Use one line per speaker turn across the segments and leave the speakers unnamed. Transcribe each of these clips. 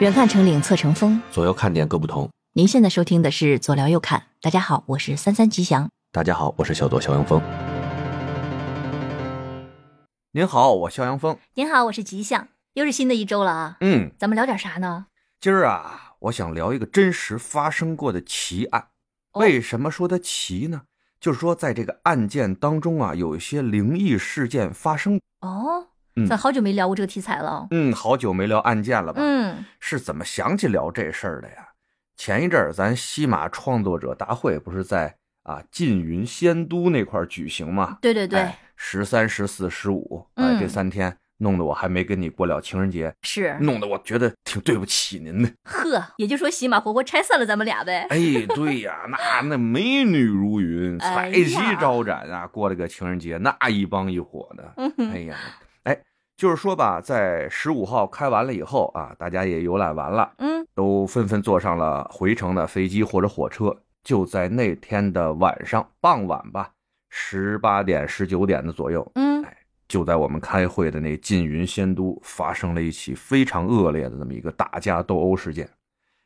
远看成岭侧成峰，
左右看点各不同。
您现在收听的是左聊右看。大家好，我是三三吉祥。
大家好，我是小左肖阳峰。
您好，我肖阳峰。
您好，我是吉祥。又是新的一周了啊，
嗯，
咱们聊点啥呢？
今儿啊，我想聊一个真实发生过的奇案。
哦
为什么说它奇呢？就是说，在这个案件当中啊，有一些灵异事件发生。
哦，
嗯
咱好久没聊过这个题材了。
嗯，好久没聊案件了吧？
嗯，
是怎么想起聊这事儿的呀？前一阵儿，咱西马创作者大会不是在啊缙云仙都那块儿举行吗？
对对对，
哎十三、十四、十五，
嗯
哎，这三天弄得我还没跟你过了情人节，
是
弄得我觉得挺对不起您的。
呵，也就说喜马活活拆散了咱们俩呗。
哎，对呀，那那美女如云，
哎
彩
呀
旗招展啊！过了个情人节，那一帮一伙的，
嗯哼
哎呀，哎，就是说吧，在十五号开完了以后啊，大家也游览完了，
嗯，
都纷纷坐上了回程的飞机或者火车。就在那天的晚上，傍晚吧，十八点、十九点的左右，
嗯，
就在我们开会的那缙云仙都发生了一起非常恶劣的这么一个打架斗殴事件，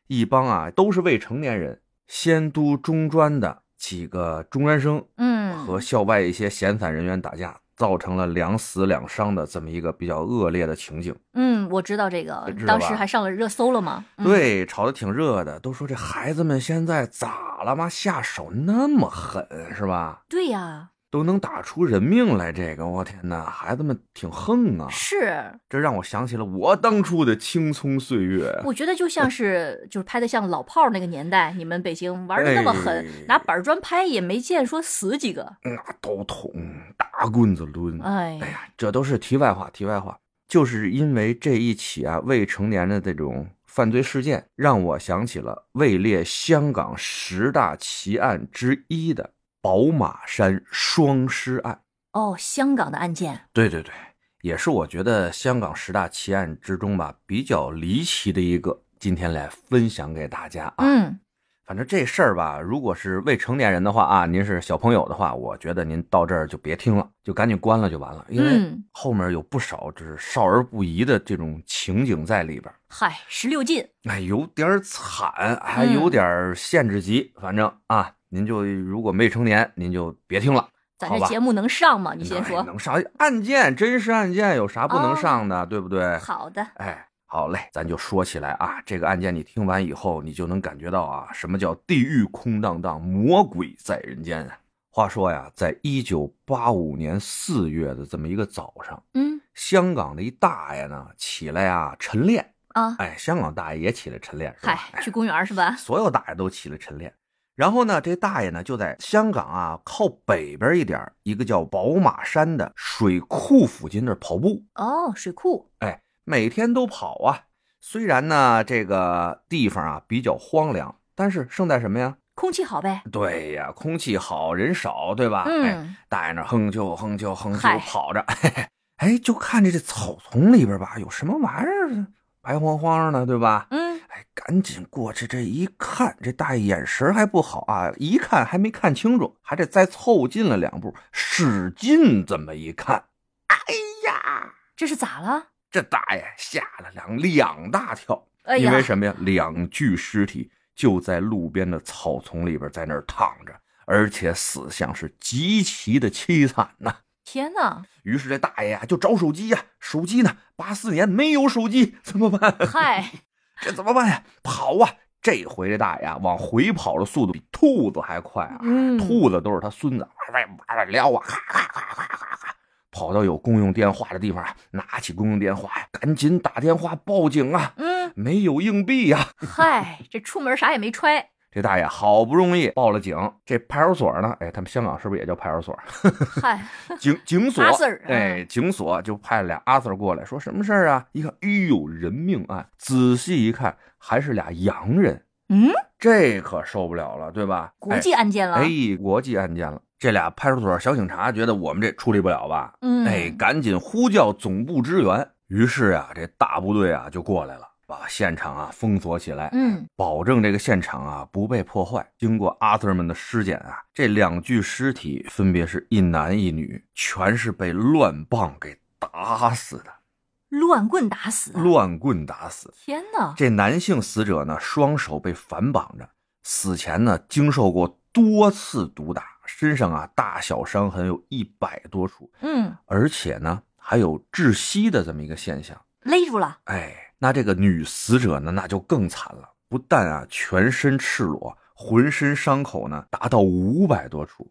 一帮啊都是未成年人，仙都中专的几个中专生
嗯，
和校外一些闲散人员打架，造成了两死两伤的这么一个比较恶劣的情景。
嗯，我知道这个，
知道
当
吧
时还上了热搜了嘛。嗯，
对，吵得挺热的，都说这孩子们现在咋了嘛，下手那么狠是吧？
对呀，
都能打出人命来，这个我天哪，孩子们挺横啊！
是，
这让我想起了我当初的青葱岁月。
我觉得就
嗯
像是就是拍的像老炮儿那个年代，你们北京玩的那么狠，
哎
拿板砖拍也没见说死几个。
那都嗯捅，大棍子抡。
哎，
哎呀，这都是题外话，题外话，就是因为这一起啊未成年的这种犯罪事件，让我想起了位列香港十大奇案之一的宝马山双尸案。
哦，香港的案件，
对对对，也是我觉得香港十大奇案之中吧比较离奇的一个，今天来分享给大家啊。
嗯，
反正这事儿吧，如果是未成年人的话啊，您是小朋友的话，我觉得您到这儿就别听了，就赶紧关了就完了，因为
嗯
后面有不少就是少儿不宜的这种情景在里边儿，
嗨，十六禁，
哎，有点儿惨，还
嗯
有点儿限制级，反正啊，您就如果未成年，您就别听了。
咱
好
这
吧
节目能上吗？你先
哎
说。哦
能上案件，真实案件有啥不能上的，对不对？
好的，
哎，好嘞，咱就说起来啊，这个案件你听完以后，你就能感觉到啊，什么叫地狱空荡荡，魔鬼在人间啊。话说呀，在一九八五年四月的这么一个早上，
嗯
香港的一大爷呢起来啊晨练，
啊，
哎，香港大爷也起来晨练，是吧？哎
嗨，去公园儿是吧？
所有大爷都起来晨练。然后呢，这大爷呢就在香港啊靠北边一点儿一个叫宝马山的水库附近那儿跑步。
哦，水库，
每天都跑啊。虽然呢，这个地方啊比较荒凉，但是胜在什么呀？
空气好呗。
对呀，空气好，人少，对吧？哎，
嗯，
大爷那哼啾哼啾哼
嗨
啾跑着，嘿嘿哎，就看着这草丛里边吧，有什么玩意儿，白晃晃的，对吧？
嗯，
哎，赶紧过去，这一看，这大爷眼神还不好啊，一看还没看清楚，还得再凑近了两步，使劲这么一看，哎呀，
这是咋了？
这大爷吓了两两大跳，
哎呀
因为，什么呀？两具尸体就在路边的草丛里边，在那儿躺着，而且死相是极其的凄惨呐、
天哪！
于是这大爷呀、就找手机呀、手机呢？八四年没有手机，怎么办？
嗨，
这怎么办呀？跑啊！这回这大爷、啊、往回跑的速度比兔子还快啊！
嗯
兔子都是他孙子，哇哇哇哇撩啊，咔咔咔咔咔咔，跑到有公用电话的地方啊，拿起公用电话呀，赶紧打电话报警啊！
嗯，
没有硬币呀、
嗨，这出门啥也没揣，
这大爷好不容易报了警，这派出所呢？哎，他们香港是不是也叫派 出所？
嗨，
警警所
阿啊 Sir，，
哎，警所就派俩阿 Sir 过来，说什么事儿啊？一看，哎呦，人命案！仔细一看，还是俩洋人，
嗯，
这可受不了了，对吧？
国际案件了，啊
哎哎，国际案件了。这俩派出所小警察觉得我们这处理不了吧？
嗯，
哎，赶紧呼叫总部支援。于是啊，这大部队啊就过来了，把现场啊封锁起来，
嗯，
保证这个现场啊不被破坏。经过阿 Sir 们的尸检啊，这两具尸体分别是一男一女，全是被乱棒给打死的。
乱棍打死。啊
乱棍打死。
天哪！
这男性死者呢，双手被反绑着，死前呢经受过多次毒打，身上啊大小伤痕有一百多处，
嗯，
而且呢还有窒息的这么一个现象。
勒住了，
哎，那这个女死者呢，那就更惨了，不但啊全身赤裸，浑身伤口呢达到五百多处，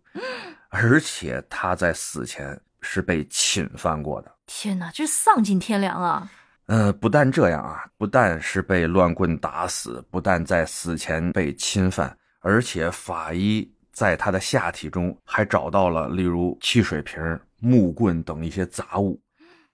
而且她在死前是被侵犯过的。
天哪，这是丧尽天良啊！
呃，不但这样啊，不但是被乱棍打死，不但在死前被侵犯，而且法医在她的下体中还找到了例如汽水瓶、木棍等一些杂物，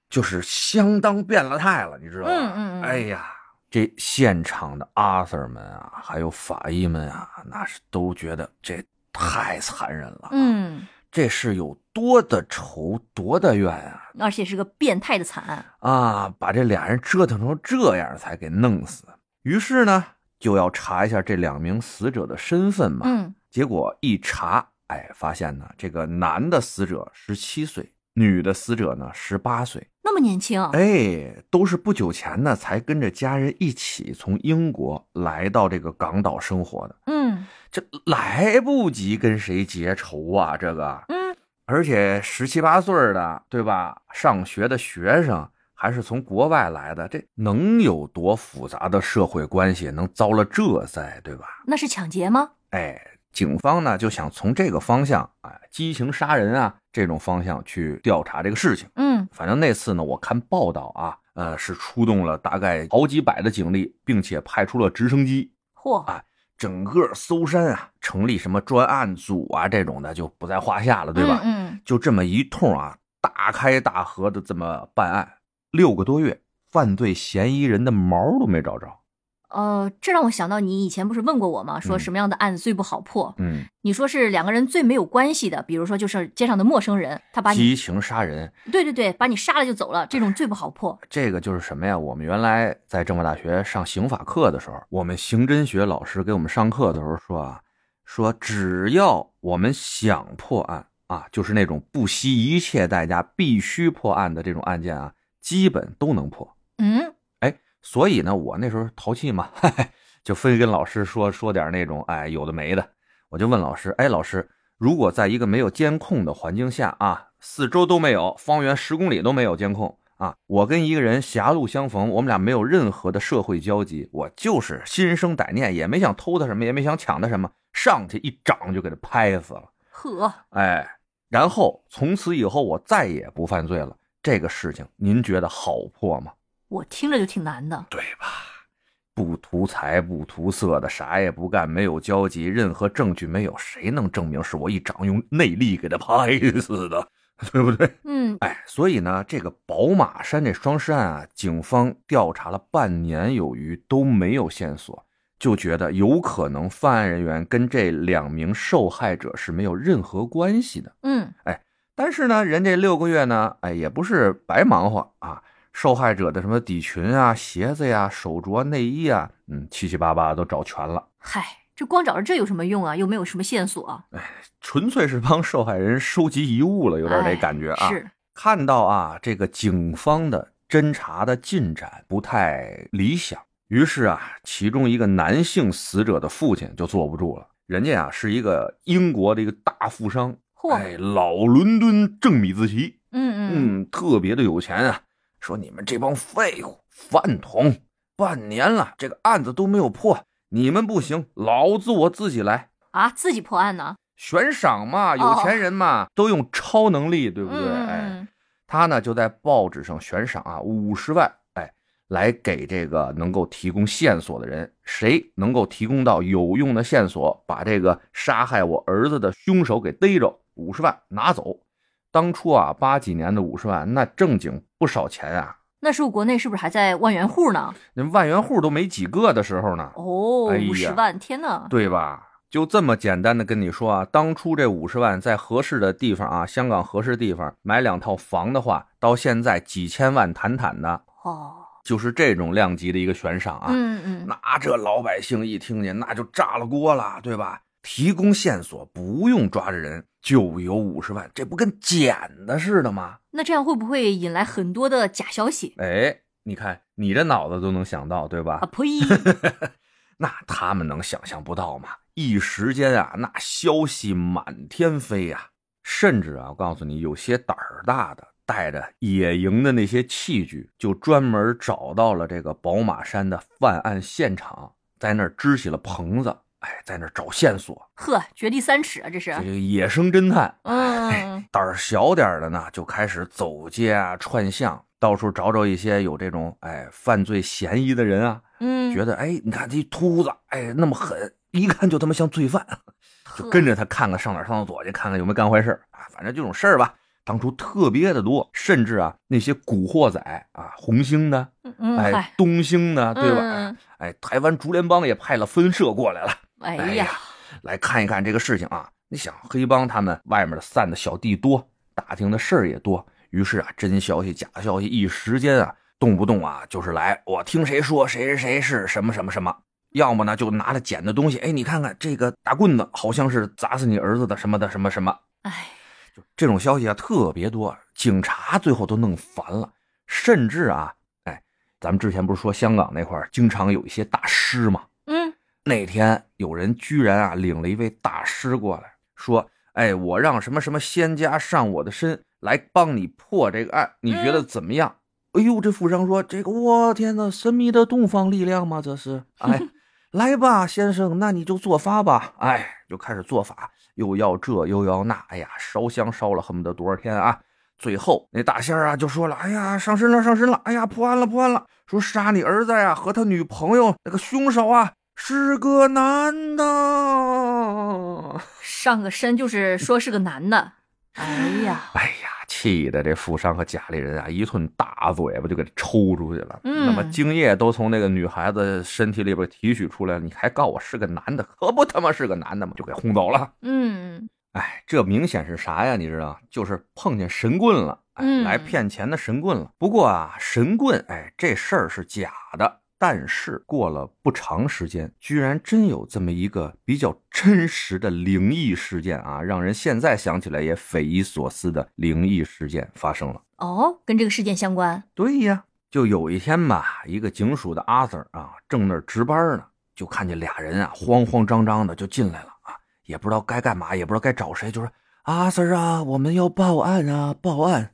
就是相当变了态了，你知道吗？
嗯嗯嗯
哎呀，这现场的阿 Sir 们啊，还有法医们啊，那是都觉得这太残忍了，，啊
嗯，
这是有多的仇，多的怨啊！
而且是个变态的惨，
啊，把这俩人折腾成这样才给弄死。于是呢，就要查一下这两名死者的身份嘛。
嗯，
结果一查，哎，发现呢，这个男的死者十七岁，女的死者呢十八岁，
那么年轻，啊
哎，都是不久前呢才跟着家人一起从英国来到这个港岛生活的。
嗯
这来不及跟谁结仇啊，这个。
嗯，
而且十七八岁儿的，对吧？上学的学生还是从国外来的，这能有多复杂的社会关系能遭了这灾，对吧？
那是抢劫吗？
哎，警方呢就想从这个方向，哎，激情杀人啊这种方向去调查这个事情。
嗯
反正那次呢，我看报道啊，呃，是出动了大概好几百的警力，并且派出了直升机，
嚯，
啊整个搜山啊，成立什么专案组啊这种的就不在话下了，对吧？
嗯
就这么一通啊，大开大合的这么办案，六个多月，犯罪嫌疑人的毛都没找着。
嗯，呃，这让我想到你以前不是问过我吗？说
嗯
什么样的案子最不好破？
嗯，
你说是两个人最没有关系的，比如说就是街上的陌生人，他把你，
激情杀人，
对对对，把你杀了就走了，这种最不好破。
这个就是什么呀？我们原来在政法大学上刑法课的时候，我们刑侦学老师给我们上课的时候说啊，说只要我们想破案啊，就是那种不惜一切代价必须破案的这种案件啊，基本都能破。
嗯
哎，所以呢，我那时候淘气嘛，就非跟老师说说点那种哎有的没的。我就问老师，哎，老师，如果在一个没有监控的环境下啊，四周都没有，方圆十公里都没有监控啊，我跟一个人狭路相逢，我们俩没有任何的社会交集，我就是心生歹念，也没想偷他什么，也没想抢他什么，上去一掌就给他拍死了。
呵，
哎，然后从此以后我再也不犯罪了。这个事情您觉得好破吗？
我听着就挺难的。
对吧？不图财不图色的，啥也不干，没有交集，任何证据没有，谁能证明是我一掌用内力给他拍死的， 对不对？
嗯，
哎，所以呢，这个宝马山这双尸案啊，警方调查了半年有余都没有线索，就觉得有可能犯案人员跟这两名受害者是没有任何关系的。
嗯，
但是呢，人这六个月呢，哎，也不是白忙活啊。受害者的什么底裙啊、鞋子呀、手镯、内衣啊，嗯，七七八八都找全了，
嗨，这光找着这有什么用啊？又没有什么线索啊，
纯粹是帮受害人收集遗物了，有点那感觉啊。
哎是，
看到啊，这个警方的侦查的进展不太理想，于是啊，其中一个男性死者的父亲就坐不住了。人家啊是一个英国的一个大富商，
嚯，
哎，老伦敦正米兹奇，
嗯嗯，
嗯，特别的有钱啊。说你们这帮废物、饭桶，半年了，这个案子都没有破，你们不行，老子我自己来。
啊，自己破案呢，
悬赏嘛，有钱人嘛，都用超能力，对不对？
哦嗯
哎，
嗯
他呢就在报纸上悬赏啊五十万，哎，来给这个能够提供线索的人，谁能够提供到有用的线索，把这个杀害我儿子的凶手给逮着，五十万拿走。当初啊，八几年的五十万那正经不少钱啊，
那时候国内是不是还在万元户呢？
那万元户都没几个的时候呢，
哦，
哎呀
五十万，天哪！
对吧？就这么简单的跟你说啊，当初这五十万在合适的地方啊，香港合适地方买两套房的话，到现在几千万坦坦的，
哦，
就是这种量级的一个悬赏啊。
嗯嗯，
那这老百姓一听见，那就炸了锅了，对吧？提供线索不用抓着人，就有五十万，这不跟捡的似的吗？
那这样会不会引来很多的假消息
哎，你看你这脑子都能想到，对吧？
啊？ 呸！
那他们能想象不到吗？一时间啊，那消息满天飞呀、甚至啊，我告诉你，有些胆儿大的带着野营的那些器具，就专门找到了这个宝马山的犯案现场，在那儿支起了棚子，哎，在那儿找线索。
呵，掘地三尺啊，这
这
是。
个野生侦探，
嗯，
胆儿小点儿的呢，就开始走街啊、串巷，到处找找一些有这种哎犯罪嫌疑的人啊，
嗯，
觉得哎，你看这秃子，哎，那么狠，一看就他妈像罪犯，就跟
着
着他看看上哪儿上厕所去，看看有没有干坏事儿啊。反正这种事儿吧，当初特别的多，甚至啊，那些古惑仔啊，红星的，
嗯，
哎
嗨，，
东星的，对吧？
嗯
哎，台湾竹联帮也派了分社过来了，
哎
呀
呀，
来看一看这个事情啊。你想，黑帮他们外面的散的小弟多，打听的事儿也多，于是啊，真消息、假消息一时间啊，动不动啊就是来，我听谁说谁谁谁是什么什么什么。要么呢，就拿着捡的东西，哎，你看看这个大棍子，好像是砸死你儿子的什么的什么什么，
哎，
这种消息啊特别多，警察最后都弄烦了，甚至啊，哎，咱们之前不是说香港那块儿经常有一些大师嘛，
嗯，
那天有人居然啊领了一位大师过来，说：“哎，我让什么什么仙家上我的身来帮你破这个案，你觉得怎么样？”哎呦，这富商说：“这个我天哪，神秘的东方力量吗？这是？哎，来吧，先生，那你就做法吧。哎，就开始做法，又要这又要那，哎呀，烧香烧了恨不得多少天啊！最后那大仙儿啊就说了：“哎呀，上身了，上身了！哎呀，破案了，破案了！说杀你儿子呀、和他女朋友那个凶手啊是个男的。
上个身就是说是个男的， 哎呀”，
哎呀，气的这富商和家里人啊一顿大嘴巴就给抽出去了。
嗯
那么精液都从那个女孩子身体里边提取出来了，你还告我是个男的，可不他妈是个男的吗？就给轰走了。
嗯，
哎，这明显是啥呀？你知道，就是碰见神棍了，哎，
嗯
来骗钱的神棍了。不过啊，神棍，哎，这事儿是假的。但是过了不长时间，居然真有这么一个比较真实的灵异事件啊，让人现在想起来也匪夷所思的灵异事件发生了。
哦，跟这个事件相关，
对呀，就有一天吧，一个警署的阿 Sir 啊，正那儿值班呢，就看见俩人啊，慌慌张张的就进来了啊，也不知道该干嘛，也不知道该找谁，就说阿 Sir 啊，我们要报案啊，报案。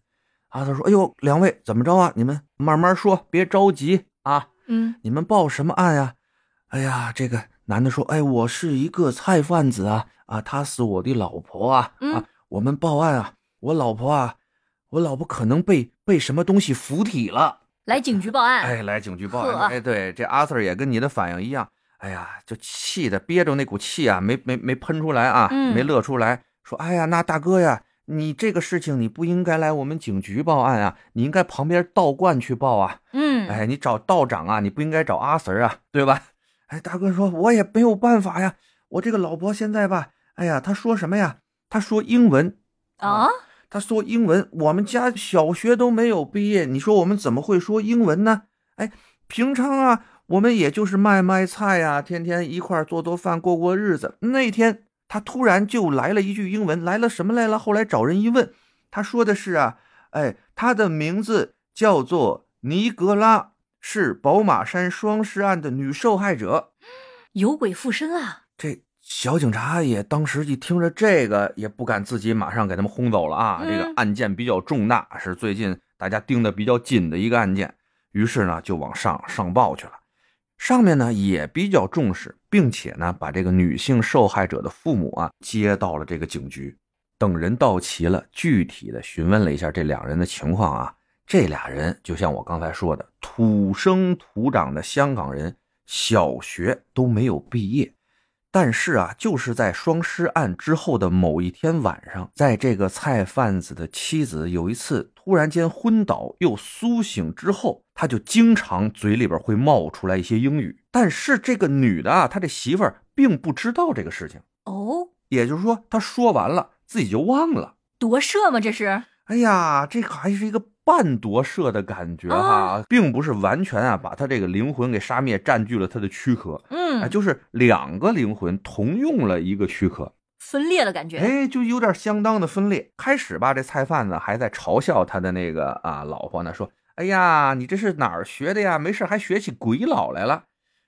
阿 Sir 说：“哎呦，两位怎么着啊？你们慢慢说，别着急啊。
嗯，
你们报什么案呀、哎呀，这个男的说，哎，我是一个菜贩子啊，啊，她是我的老婆啊，
嗯
啊，我们报案啊，我老婆啊，我老婆可能被被什么东西附体了，
来警局报案，
哎，来警局报
呵
案，哎，对，这阿 Sir 也跟你的反应一样，哎呀，就气的憋着那股气啊，没没没喷出来啊，
嗯
没乐出来，说，哎呀，那大哥呀。你这个事情你不应该来我们警局报案啊，你应该旁边道观去报啊。
嗯，
哎，你找道长啊，你不应该找阿 Sir 啊，对吧？哎，大哥说，我也没有办法呀，我这个老婆现在吧，哎呀，她说什么呀？她说英文
啊，
她说英文，我们家小学都没有毕业，你说我们怎么会说英文呢？哎，平常啊，我们也就是卖卖菜呀、天天一块儿做做饭，过过日子。那天她突然就来了一句英文，来了什么来了？后来找人一问，她说的是啊，哎，她的名字叫做尼格拉，是宝马山双尸案的女受害者。
有鬼附身啊，
这小警察也当时一听着这个，也不敢自己马上给他们轰走了啊。
嗯
这个案件比较重大，是最近大家盯得比较紧的一个案件，于是呢就往上上报去了。上面呢也比较重视，并且呢把这个女性受害者的父母啊接到了这个警局。等人到齐了，具体的询问了一下这两人的情况啊。这俩人就像我刚才说的，土生土长的香港人，小学都没有毕业，但是啊，就是在双尸案之后的某一天晚上，在这个菜贩子的妻子有一次突然间昏倒又苏醒之后，他就经常嘴里边会冒出来一些英语。但是这个女的啊，她这媳妇儿并不知道这个事情，
哦，
也就是说，她说完了自己就忘了。
夺舍吗？这是，
哎呀，这个还是一个半夺舍的感觉哈，
啊
并不是完全啊把她这个灵魂给杀灭，占据了她的躯壳。哎，
嗯，
就是两个灵魂同用了一个躯壳。
分裂的感觉。
哎，就有点相当的分裂。开始吧，这菜贩子还在嘲笑他的那个啊老婆呢，说：“哎呀，你这是哪儿学的呀？没事还学起鬼佬来了。”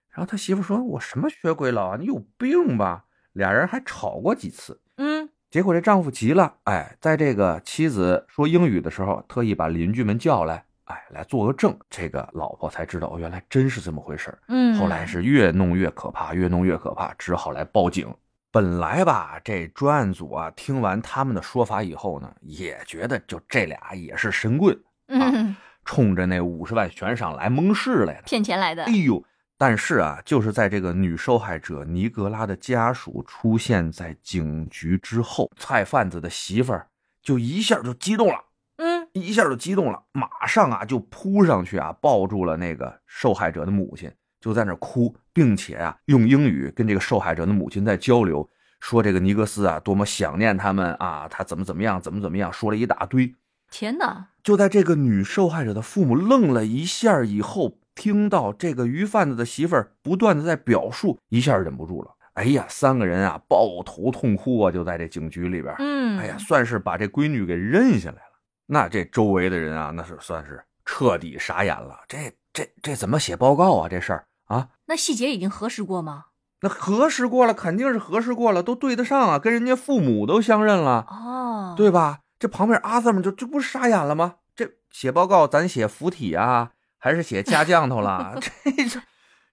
然后他媳妇说：“我什么学鬼佬啊？你有病吧？”俩人还吵过几次。
嗯，
结果这丈夫急了，哎，在这个妻子说英语的时候，特意把邻居们叫来，哎，来做个证。这个老婆才知道，哦，原来真是这么回事儿。
嗯，
后来是越弄越可怕，越弄越可怕，只好来报警。本来吧，这专案组啊，听完他们的说法以后呢，也觉得就这俩也是神棍，啊
嗯
冲着那五十万悬赏来蒙事来的。
骗钱来的
哎，呦！但是啊，就是在这个女受害者尼格拉的家属出现在警局之后，菜贩子的媳妇儿就一下就激动了，
嗯
一下就激动了，马上啊就扑上去啊，抱住了那个受害者的母亲，就在那儿哭，并且啊用英语跟这个受害者的母亲在交流，说这个尼格斯啊多么想念他们啊，他怎么怎么样，怎么怎么样，说了一大堆。
天哪，
就在这个女受害者的父母愣了一下以后，听到这个鱼贩子的媳妇儿不断的在表述，一下忍不住了。哎呀，三个人啊抱头痛哭啊，就在这警局里边。
嗯，
哎呀，算是把这闺女给认下来了。那这周围的人啊，那是算是彻底傻眼了。这这这怎么写报告啊？这事儿啊，
那细节已经核实过吗？
那核实过了，肯定是核实过了，都对得上啊，跟人家父母都相认了。
哦，
对，吧？这旁边阿瑟们就这不是傻眼了吗？这写报告咱写附体啊，还是写下降头了？啊这这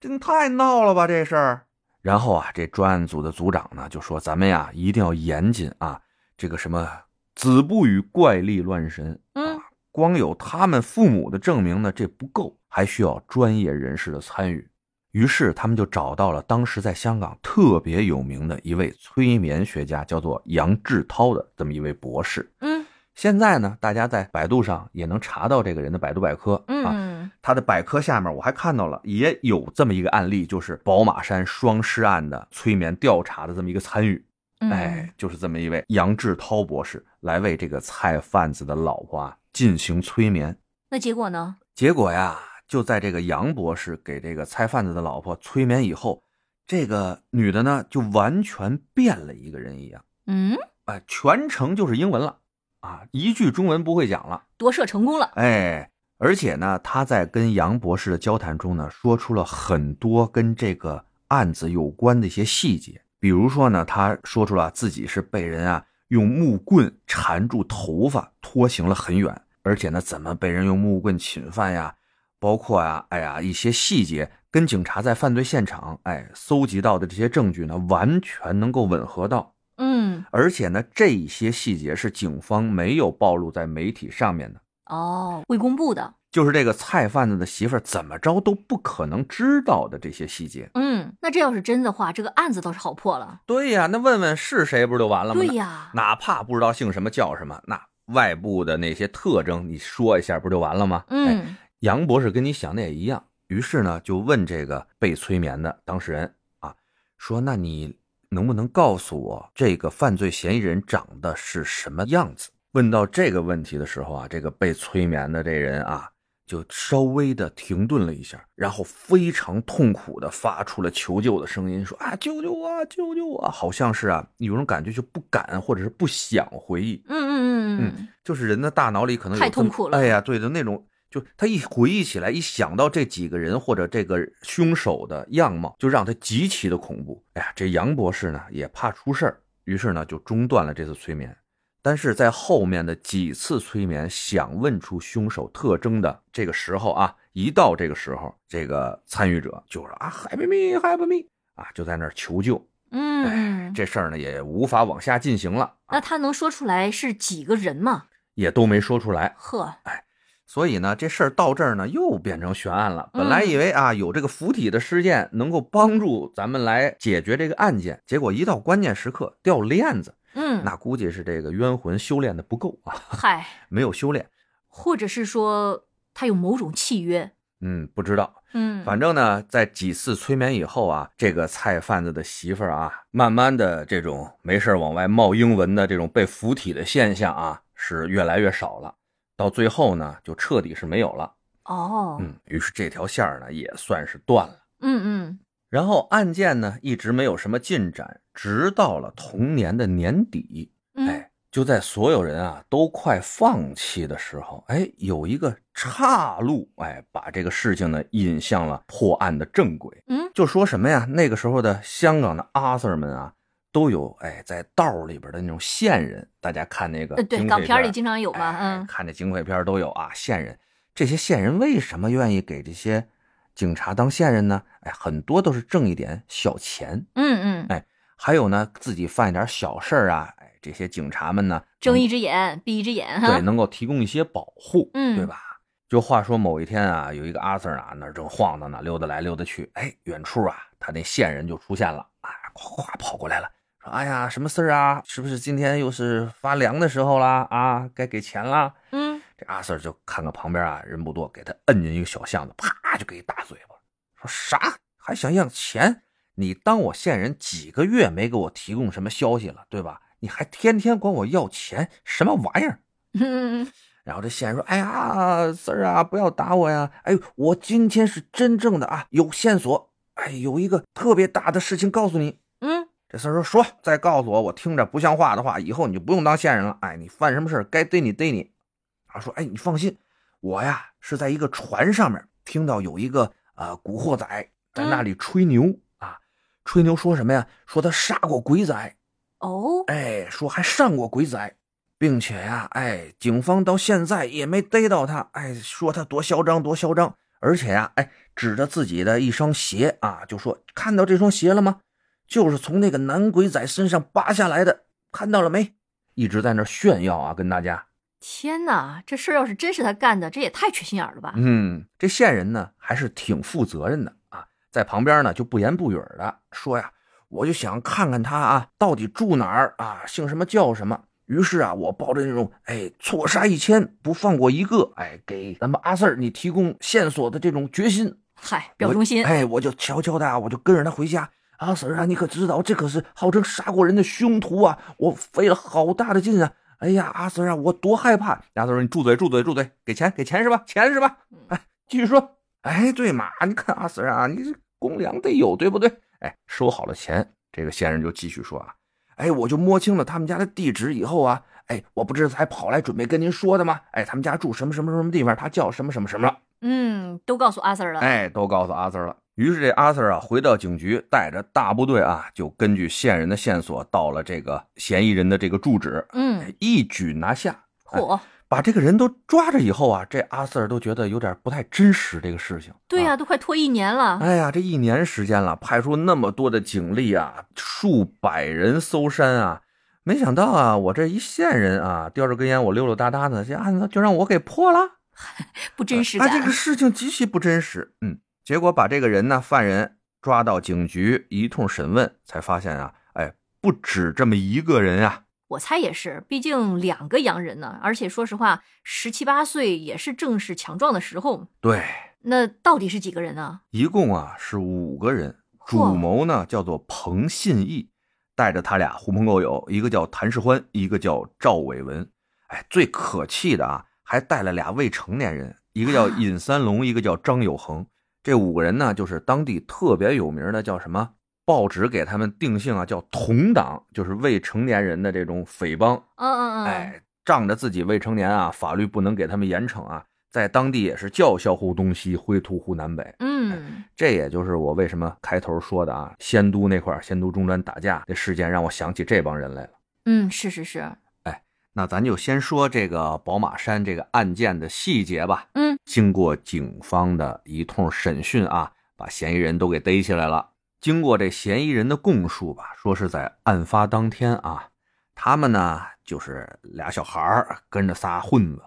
真太闹了吧这事儿。然后啊，这专案组的组长呢就说：“咱们呀一定要严谨啊，这个什么子不语怪力乱神，
嗯
光有他们父母的证明呢这不够，还需要专业人士的参与。”于是他们就找到了当时在香港特别有名的一位催眠学家，叫做杨志涛的这么一位博士。
嗯
现在呢，大家在百度上也能查到这个人的百度百科、啊。
嗯，
他的百科下面我还看到了，也有这么一个案例，就是宝马山双尸案的催眠调查的这么一个参与。
嗯
哎，，就是这么一位杨志涛博士来为这个菜贩子的老婆啊进行催眠。
那结果呢？
结果呀，就在这个杨博士给这个菜贩子的老婆催眠以后，这个女的呢就完全变了一个人一样，
嗯，
哎、全程就是英文了啊，一句中文不会讲了，
夺舍成功了，
哎，而且呢，她在跟杨博士的交谈中呢，说出了很多跟这个案子有关的一些细节，比如说呢，她说出了自己是被人啊用木棍缠住头发拖行了很远，而且呢，怎么被人用木棍侵犯呀，包括啊，哎呀，一些细节跟警察在犯罪现场哎搜集到的这些证据呢，完全能够吻合到。
嗯，
而且呢，这一些细节是警方没有暴露在媒体上面的。
哦，未公布的，
就是这个菜贩子的媳妇儿怎么着都不可能知道的这些细节。
嗯，那这要是真的话，这个案子倒是好破了。
对呀、那问问是谁不是就完了吗？
对呀，
哪怕不知道姓什么叫什么，那外部的那些特征你说一下不就完了吗？哎，
嗯
杨博士跟你想的也一样，于是呢就问这个被催眠的当事人啊，说那你能不能告诉我这个犯罪嫌疑人长得是什么样子？问到这个问题的时候啊，这个被催眠的这人啊，就稍微的停顿了一下，然后非常痛苦的发出了求救的声音，说啊救救我，救救我！好像是啊有种感觉就不敢或者是不想回忆，
嗯嗯嗯嗯，
就是人的大脑里可能有
太
这么
痛苦了
哎呀，对的那种，就他一回忆起来，一想到这几个人或者这个凶手的样貌，就让他极其的恐怖。哎呀，这杨博士呢也怕出事儿，于是呢就中断了这次催眠。但是在后面的几次催眠，想问出凶手特征的这个时候啊，一到这个时候，这个参与者就是啊，help me，help me 啊，就在那儿求救。
嗯，嗯
这事儿呢也无法往下进行了，
那
啊、
他能说出来是几个人吗？
也都没说出来。
呵，
所以呢，这事儿到这儿呢又变成悬案了。
嗯
本来以为啊有这个附体的事件能够帮助咱们来解决这个案件，结果一到关键时刻掉链子，
嗯，
那估计是这个冤魂修炼的不够啊，
嗨，
没有修炼。
或者是说他有某种契约，
嗯，不知道。
嗯，
反正呢，在几次催眠以后啊，这个菜贩子的媳妇儿啊，慢慢的这种没事儿往外冒英文的这种被附体的现象啊，是越来越少了。到最后呢，就彻底是没有了。
哦，
嗯，于是这条线儿呢也算是断了。
嗯嗯，
然后案件呢一直没有什么进展，直到了同年的年底，
嗯，
哎，就在所有人啊都快放弃的时候，哎，有一个岔路，哎，把这个事情呢引向了破案的正轨。
嗯，
就说什么呀？那个时候的香港的阿 Sir 们啊，都有哎在道里边的那种线人，大家看那个
呃对，
警
港
匪
片儿
片
里经常有嘛，
哎
嗯，
看这警匪片儿都有啊，线人。这些线人为什么愿意给这些警察当线人呢？哎，很多都是挣一点小钱，
嗯嗯，
哎还有呢，自己犯一点小事儿啊，哎，这些警察们呢，
睁一只眼闭一只眼
对
哈，
能够提供一些保护，
嗯
对吧？就话说某一天啊，有一个阿 Sir 啊，那儿正晃荡呢，溜达来溜达去，哎，远处啊，他那线人就出现了，啊，咵咵跑过来了。说哎呀，什么事儿啊？是不是今天又是发粮的时候啦？啊，该给钱啦？
嗯，
这阿 Sir 就看看旁边啊人不多，给他摁进一个小巷子，啪就给一大嘴巴，说啥还想要钱？你当我线人几个月没给我提供什么消息了，对吧？你还天天管我要钱，什么玩意儿？
嗯嗯
然后这线人说：“哎呀，Sir 啊，不要打我呀！哎，我今天是真正的啊，有线索，哎，有一个特别大的事情告诉你。”
嗯
这 Sir 说：“说，再告诉我，我听着不像话的话，以后你就不用当线人了。哎，你犯什么事儿该逮你逮你。”啊，说：“哎，你放心，我呀是在一个船上面听到有一个呃古惑仔在那里吹牛、啊，吹牛说什么呀？说他杀过鬼仔，
哦，
哎，说还上过鬼仔，并且呀、哎，警方到现在也没逮到他，哎，说他多嚣张，多嚣张，而且呀、哎，指着自己的一双鞋啊，就说看到这双鞋了吗？就是从那个男鬼仔身上扒下来的，看到了没？一直在那儿炫耀啊，跟大家。
天哪，这事儿要是真是他干的，这也太缺心眼儿了吧？
嗯，这线人呢还是挺负责任的啊，在旁边呢就不言不语儿的说呀，我就想看看他啊到底住哪儿啊，姓什么叫什么。于是啊，我抱着那种哎错杀一千不放过一个，哎给咱们阿 Sir 你提供线索的这种决心，
嗨，表忠心
我，哎，我就悄悄的啊，我就跟着他回家。阿 Sir 啊，你可知道这可是号称杀过人的凶徒啊！我费了好大的劲啊！哎呀，阿 Sir 啊，我多害怕！阿 Sir 说：“你住嘴，住嘴，住嘴！给钱，给钱是吧？钱是吧？”哎，继续说。哎，对嘛，你看阿 Sir 啊，你这公粮得有，对不对？哎，收好了钱，这个先生就继续说啊，哎，我就摸清了他们家的地址以后啊，哎，我不是才跑来准备跟您说的吗？哎，他们家住什么什么什么地方，他叫什么什么什么了。
嗯，都告诉阿 Sir 了，
哎，都告诉阿 Sir 了。于是这阿 Sir 啊，回到警局，带着大部队啊，就根据线人的线索到了这个嫌疑人的这个住址，
嗯，
一举拿下。哎
嚯，
把这个人都抓着以后啊，这阿 Sir 都觉得有点不太真实这个事情。
对
啊
呀，都快拖一年了，
哎呀，这一年时间了，派出那么多的警力啊，数百人搜山啊，没想到啊，我这一线人啊，叼着根烟，我溜溜达达的，这案子就让我给破了。
不真实
哎，
感
这，个事情极其不真实。嗯，结果把这个人呢，犯人抓到警局一通审问，才发现啊，哎，不止这么一个人啊。
我猜也是，毕竟两个洋人呢，而且说实话，十七八岁也是正是强壮的时候，
对，
那到底是几个人呢？
一共啊是五个人，
嚯
主谋呢叫做彭信义，带着他俩狐朋狗友，一个叫谭世欢，一个叫赵伟文。哎，最可气的啊，还带了俩未成年人，一个叫
啊
尹三龙，一个叫张有恒。这五个人呢，就是当地特别有名的，叫什么？报纸给他们定性啊，叫“同党”，就是未成年人的这种匪帮。
嗯嗯嗯，
哎，仗着自己未成年啊，法律不能给他们严惩啊，在当地也是叫嚣乎东西，挥屠乎南北。
嗯，
这也就是我为什么开头说的啊，仙都那块儿，仙都中专打架这事件让我想起这帮人来了。
嗯，是是是，
那咱就先说这个宝马山这个案件的细节吧。
嗯，
经过警方的一通审讯啊，把嫌疑人都给逮起来了。经过这嫌疑人的供述吧，说是在案发当天啊，他们呢就是俩小孩儿跟着仨混子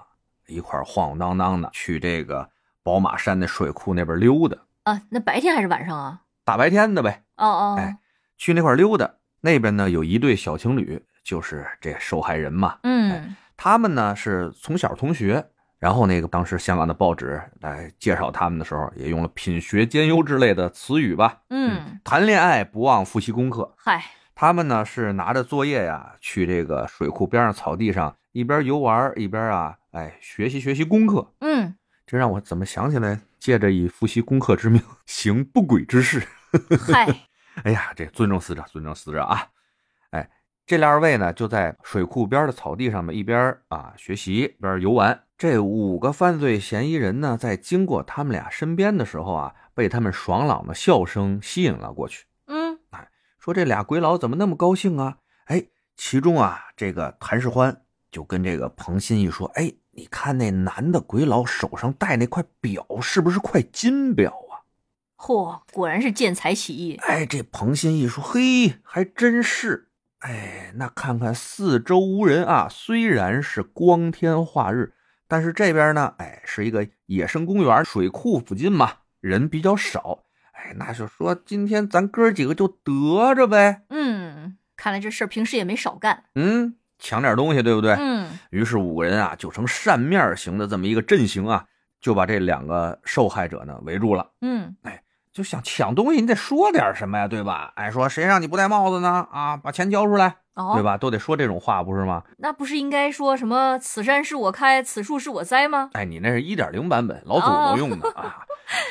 一块儿晃晃荡荡的去这个宝马山的水库那边溜达，
啊，那白天还是晚上啊？
大白天的呗。
哦哦，
哎去那块儿溜达。那边呢有一对小情侣，就是这受害人嘛，
嗯
他们呢是从小同学。然后那个当时香港的报纸来介绍他们的时候，也用了品学兼优之类的词语吧。
嗯，，
谈恋爱不忘复习功课。
嗨，
他们呢是拿着作业呀，去这个水库边上草地上一边游玩一边啊，哎学习学习功课。
嗯，
这让我怎么想起来，借着以复习功课之名行不轨之事。
嗨，
哎呀，这尊重死者，尊重死者啊！哎，这二位呢，就在水库边的草地上面一边啊学习，一边游玩。这五个犯罪嫌疑人呢，在经过他们俩身边的时候啊，被他们爽朗的笑声吸引了过去。
嗯，
说这俩鬼佬怎么那么高兴啊？哎，其中啊，这个谭世欢就跟这个彭新义说：“哎，你看那男的鬼佬手上戴那块表，是不是块金表啊？”
嚯，果然是见财起意。
哎，这彭新义说：“嘿，还真是。哎，那看看四周无人啊，虽然是光天化日，但是这边呢，哎，是一个野生公园，水库附近嘛，人比较少。哎，那就说今天咱哥几个就得着呗。
嗯，看来这事儿平时也没少干。
嗯，抢点东西，对不对？
嗯，
于是五个人啊，就成扇面型的这么一个阵型啊，就把这两个受害者呢围住了。”
嗯，
就想抢东西，你得说点什么呀，对吧？哎，说谁让你不戴帽子呢？啊，把钱交出来，
哦，
对吧？都得说这种话，不是吗？
那不是应该说什么“此山是我开，此树是我栽”吗？
哎，你那是一点零版本，老
哦
祖宗用的、啊。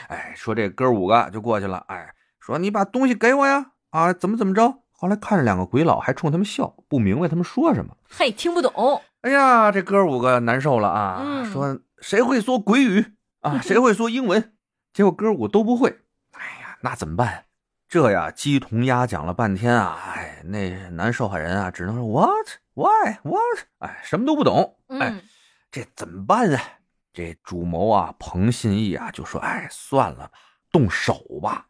哎，说这哥五个就过去了，哎，说你把东西给我呀，啊，怎么怎么着？后来看着两个鬼佬还冲他们笑，不明白他们说什么。
嘿，听不懂。
哎呀，这哥五个难受了啊，
嗯
说谁会说鬼语啊？谁会说英文？结果哥五都不会。哎呀，那怎么办呀？这呀，鸡同鸭讲了半天啊，哎，那男受害人啊，只能说 what why what，哎，什么都不懂。哎，
嗯，
这怎么办啊？这主谋啊，彭信义啊，就说：“哎，算了吧，动手吧。”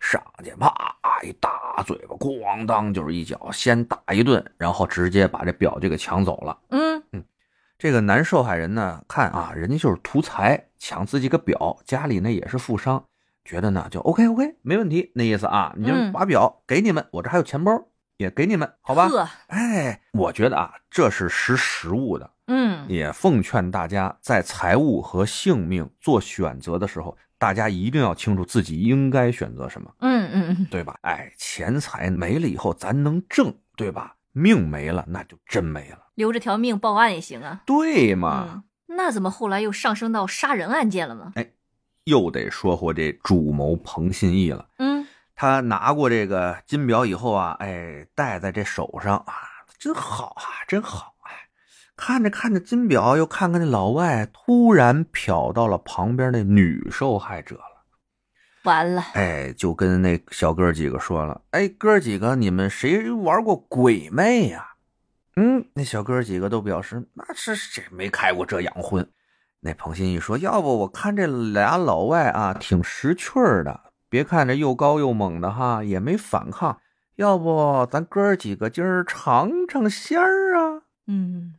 上去啪一大嘴巴，咣当就是一脚，先打一顿，然后直接把这表就给抢走了。
嗯，
这个男受害人呢，看啊，人家就是图财，抢自己个表，家里呢也是富商，觉得呢就 OK OK 没问题，那意思啊，你就
嗯
把表给你们，我这还有钱包也给你们，好吧？
呵，
哎，我觉得啊，这是识时务的，
嗯，
也奉劝大家在财务和性命做选择的时候，大家一定要清楚自己应该选择什么，
嗯嗯
对吧？哎，钱财没了以后咱能挣，对吧？命没了那就真没了，
留着条命报案也行啊。
对嘛？
嗯，那怎么后来又上升到杀人案件了呢？
哎又得说回这主谋彭信义了。
嗯，
他拿过这个金表以后啊，哎，戴在这手上啊，真好啊，真好啊！看着看着金表，又看看那老外，突然瞟到了旁边那女受害者了。
完了，
哎，就跟那小哥几个说了，哎，哥几个，你们谁玩过鬼魅呀、嗯，那小哥几个都表示那是谁没开过这洋荤。那彭新义说，要不我看这俩老外啊，挺识趣儿的，别看这又高又猛的哈，也没反抗，要不咱哥几个今儿尝尝鲜儿啊？
嗯，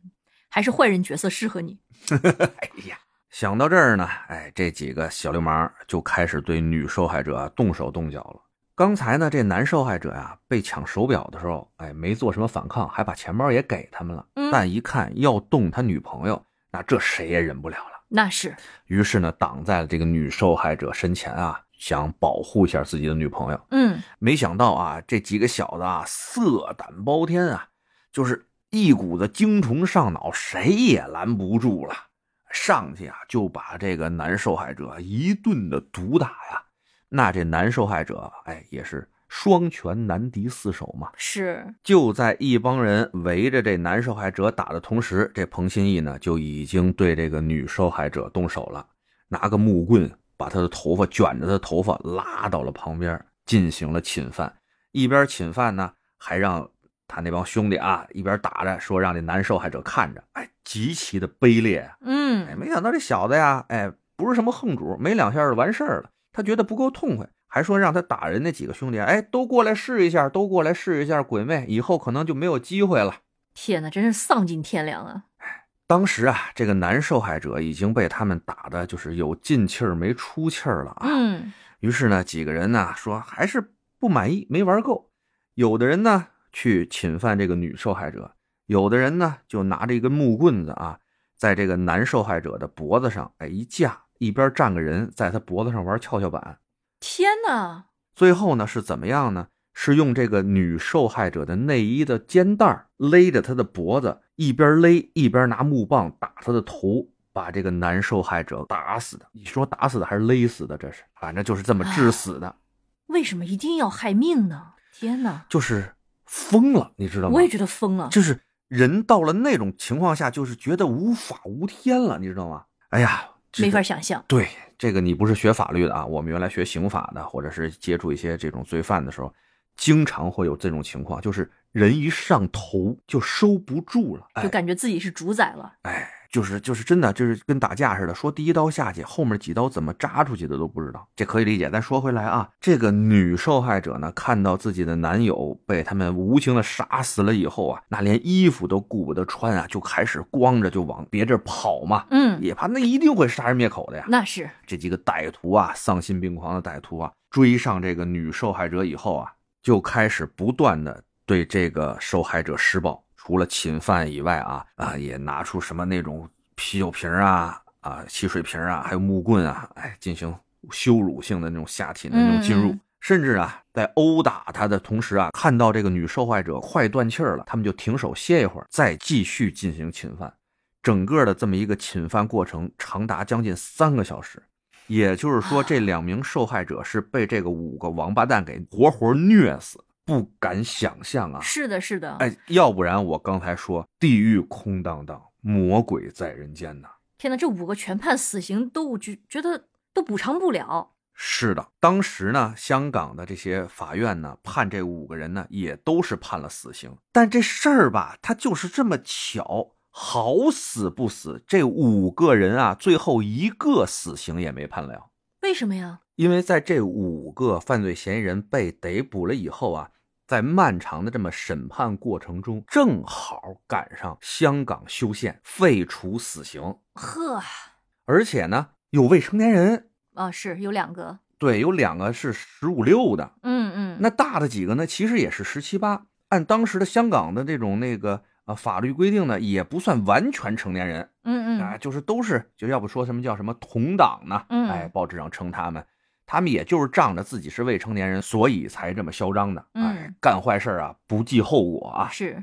还是坏人角色适合你。
哎呀，想到这儿呢，哎，这几个小流氓就开始对女受害者啊动手动脚了。刚才呢，这男受害者啊被抢手表的时候，哎，没做什么反抗，还把钱包也给他们了。
嗯
但一看要动他女朋友，那这谁也忍不了了。
那是，
于是呢，挡在了这个女受害者身前啊，想保护一下自己的女朋友。
嗯，
没想到啊，这几个小子啊，色胆包天啊，就是一股子精虫上脑，谁也拦不住了。上去啊，就把这个男受害者一顿的毒打呀。那这男受害者，哎，也是双拳难敌四手嘛。
是，
就在一帮人围着这男受害者打的同时，这彭新义呢就已经对这个女受害者动手了，拿个木棍把她的头发卷着，她的头发拉到了旁边，进行了侵犯。一边侵犯呢，还让他那帮兄弟啊一边打着，说让这男受害者看着，哎，极其的卑劣啊。哎，
嗯，
没想到这小子呀，哎，不是什么横主，没两下就完事儿了。他觉得不够痛快，还说让他打人那几个兄弟，哎，都过来试一下，都过来试一下鬼魅，以后可能就没有机会了。
天哪，真是丧尽天良啊！
当时啊，这个男受害者已经被他们打的，就是有进气儿没出气儿了啊。
嗯，
于是呢，几个人呢说还是不满意，没玩够。有的人呢去侵犯这个女受害者，有的人呢就拿着一根木棍子啊，在这个男受害者的脖子上哎一架，一边站个人在他脖子上玩跷跷板。
天哪，
最后呢是怎么样呢？是用这个女受害者的内衣的肩带儿勒着她的脖子，一边勒一边拿木棒打她的头，把这个男受害者打死的。你说打死的还是勒死的？这是，反正就是这么致死的。
为什么一定要害命呢？天哪，
就是疯了，你知道吗？
我也觉得疯了。
就是人到了那种情况下，就是觉得无法无天了，你知道吗？哎呀，这个
没法想象，
对这个，你不是学法律的啊？我们原来学刑法的，或者是接触一些这种罪犯的时候，经常会有这种情况，就是人一上头就收不住了，
就
哎
感觉自己是主宰了。
哎，就是就是真的就是跟打架似的，说第一刀下去，后面几刀怎么扎出去的都不知道，这可以理解。咱说回来啊，这个女受害者呢，看到自己的男友被他们无情的杀死了以后啊，那连衣服都顾不得穿啊，就开始光着就往别地儿跑嘛，
嗯，
也怕那一定会杀人灭口的呀。
那是
这几个歹徒啊，丧心病狂的歹徒啊，追上这个女受害者以后啊，就开始不断的对这个受害者施暴，除了侵犯以外啊，啊，也拿出什么那种啤酒瓶啊、啊汽水瓶啊，还有木棍啊，哎，进行羞辱性的那种下体的那种进入。
嗯
甚至啊，在殴打她的同时啊，看到这个女受害者快断气儿了，他们就停手歇一会儿，再继续进行侵犯。整个的这么一个侵犯过程长达将近三个小时，也就是说，这两名受害者是被这个五个王八蛋给活活虐死，不敢想象啊！
是的，是的。
哎，要不然我刚才说地狱空荡荡，魔鬼在人间呐。
天哪，这五个全判死刑都，我觉觉得都补偿不了。
是的，当时呢，香港的这些法院呢，判这五个人呢，也都是判了死刑。但这事儿吧，它就是这么巧，好死不死，这五个人啊，最后一个死刑也没判了。
为什么呀？
因为在这五个犯罪嫌疑人被逮捕了以后啊，在漫长的这么审判过程中，正好赶上香港修宪废除死刑，
呵
而且呢有未成年人，
啊，是有两个，
对，有两个是十五六的，
嗯嗯，
那大的几个呢，其实也是十七八，按当时的香港的这种那个呃法律规定呢，也不算完全成年人，
嗯
啊，
嗯，
就是都是就要不说什么叫什么同党呢？
嗯
哎，报纸上称他们，他们也就是仗着自己是未成年人，所以才这么嚣张的。哎
嗯，
干坏事儿啊，不计后果啊。
是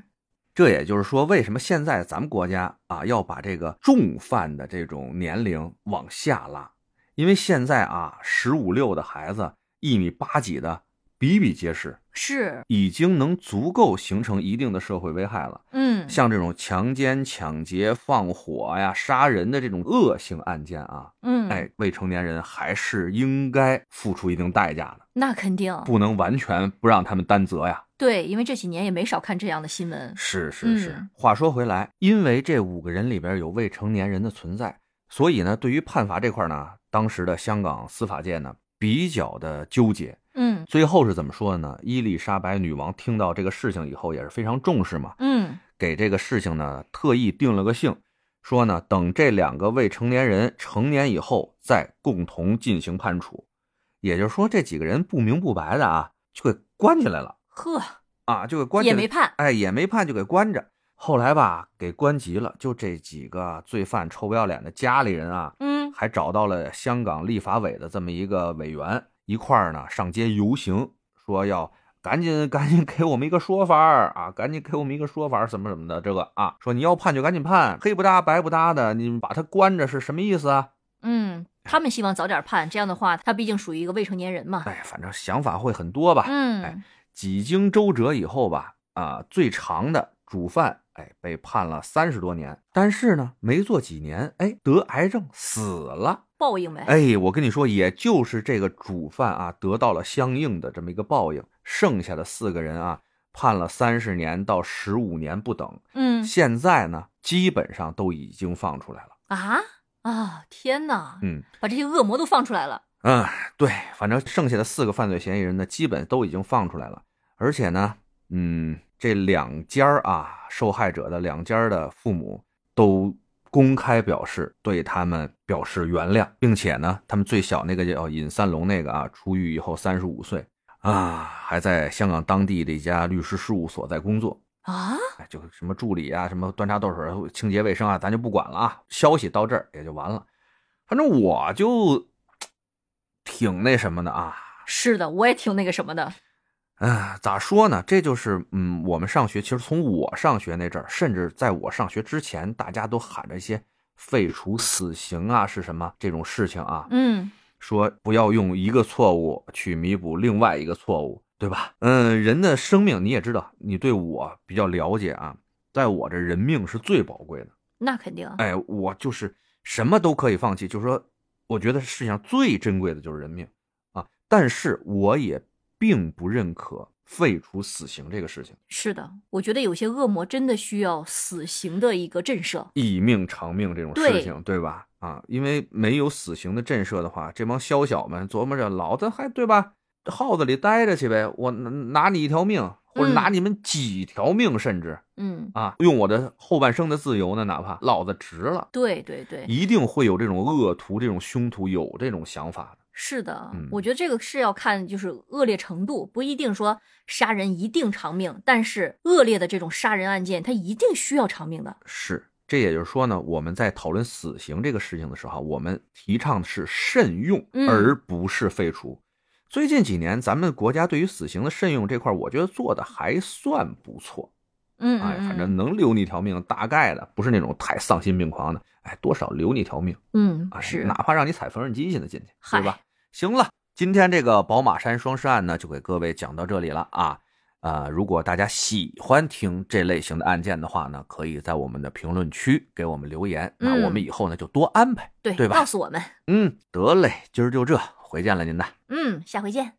这也就是说，为什么现在咱们国家啊要把这个重犯的这种年龄往下拉？因为现在啊，十五六的孩子一米八几的比比皆是，
是，
已经能足够形成一定的社会危害了。
嗯，
像这种强奸、抢劫、放火呀、杀人的这种恶性案件啊，
嗯，
哎，未成年人还是应该付出一定代价的，
那肯定
不能完全不让他们担责呀。
对，因为这几年也没少看这样的新闻。
是是是。
嗯
话说回来，因为这五个人里边有未成年人的存在，所以呢，对于判罚这块呢，当时的香港司法界呢比较的纠结。
嗯
最后是怎么说的呢？伊丽莎白女王听到这个事情以后也是非常重视嘛，
嗯，
给这个事情呢特意定了个性，说呢等这两个未成年人成年以后再共同进行判处。也就是说，这几个人不明不白的啊，就给关起来了
呵，
啊，就给关起
也
来，
没判。
哎，也没判，就给关着。后来吧，给关急了，就这几个罪犯臭不要脸的家里人啊，
嗯，
还找到了香港立法委的这么一个委员，一块儿呢上街游行，说要赶紧赶紧给我们一个说法儿啊，赶紧给我们一个说法儿，怎么怎么的，这个啊，说你要判就赶紧判，黑不搭白不搭的，你们把他关着是什么意思啊？
嗯，他们希望早点判，这样的话，他毕竟属于一个未成年人嘛。
哎，反正想法会很多吧。哎
嗯，
几经周折以后吧，啊，最长的主犯哎被判了三十多年，但是呢，没做几年，哎，得癌症死了。
报应呗。
哎，我跟你说，也就是这个主犯啊，得到了相应的这么一个报应，剩下的四个人啊，判了三十年到十五年不等。
嗯
现在呢，基本上都已经放出来了。
啊啊，天哪，
嗯
把这些恶魔都放出来了。
嗯，对，反正剩下的四个犯罪嫌疑人呢，基本都已经放出来了。而且呢，嗯，这两家儿啊，受害者的两家儿的父母都公开表示对他们表示原谅，并且呢，他们最小那个叫尹三龙那个啊，出狱以后三十五岁啊，还在香港当地的一家律师事务所在工作。
啊，
哎，就是什么助理啊，什么端茶倒水、清洁卫生啊，咱就不管了啊。消息到这儿也就完了。反正我就挺那什么的啊，
是的，我也挺那个什么的。
啊，咋说呢？这就是，嗯，我们上学，其实从我上学那阵儿，甚至在我上学之前，大家都喊着一些废除死刑啊，是什么这种事情啊。
嗯
说不要用一个错误去弥补另外一个错误，对吧？嗯，人的生命你也知道，你对我比较了解啊，在我这人命是最宝贵的。
那肯定啊。
哎，我就是什么都可以放弃，就是说，我觉得世界上最珍贵的就是人命啊。但是我也并不认可废除死刑这个事情，
是的，我觉得有些恶魔真的需要死刑的一个震慑。
以命偿命这种事情，对吧？啊，因为没有死刑的震慑的话，这帮宵小们琢磨着，老子还对吧？号子里待着去呗，我拿拿你一条命，或者拿你们几条命，甚至、
嗯，
啊，用我的后半生的自由呢，哪怕老子值了。
对对对，
一定会有这种恶徒、这种凶徒有这种想法的。
是的，
嗯
我觉得这个是要看就是恶劣程度，不一定说杀人一定偿命，但是恶劣的这种杀人案件，它一定需要偿命的。
是，这也就是说呢，我们在讨论死刑这个事情的时候，啊我们提倡的是慎用，
嗯
而不是废除。最近几年，咱们国家对于死刑的慎用这块儿，我觉得做的还算不错。
嗯，
哎，反
嗯
正能留你一条命，大概的，不是那种太丧心病狂的。哎，多少留你一条命
嗯
啊，
是
哪怕让你踩缝纫机现在进去，对吧
嗨？
行了，今天这个宝马山双尸案呢，就给各位讲到这里了啊。呃，如果大家喜欢听这类型的案件的话呢，可以在我们的评论区给我们留言。
嗯
那我们以后呢就多安排。
对
对吧
告诉我们，
嗯，得嘞，今儿就这，回见了您呐。
嗯，下回见。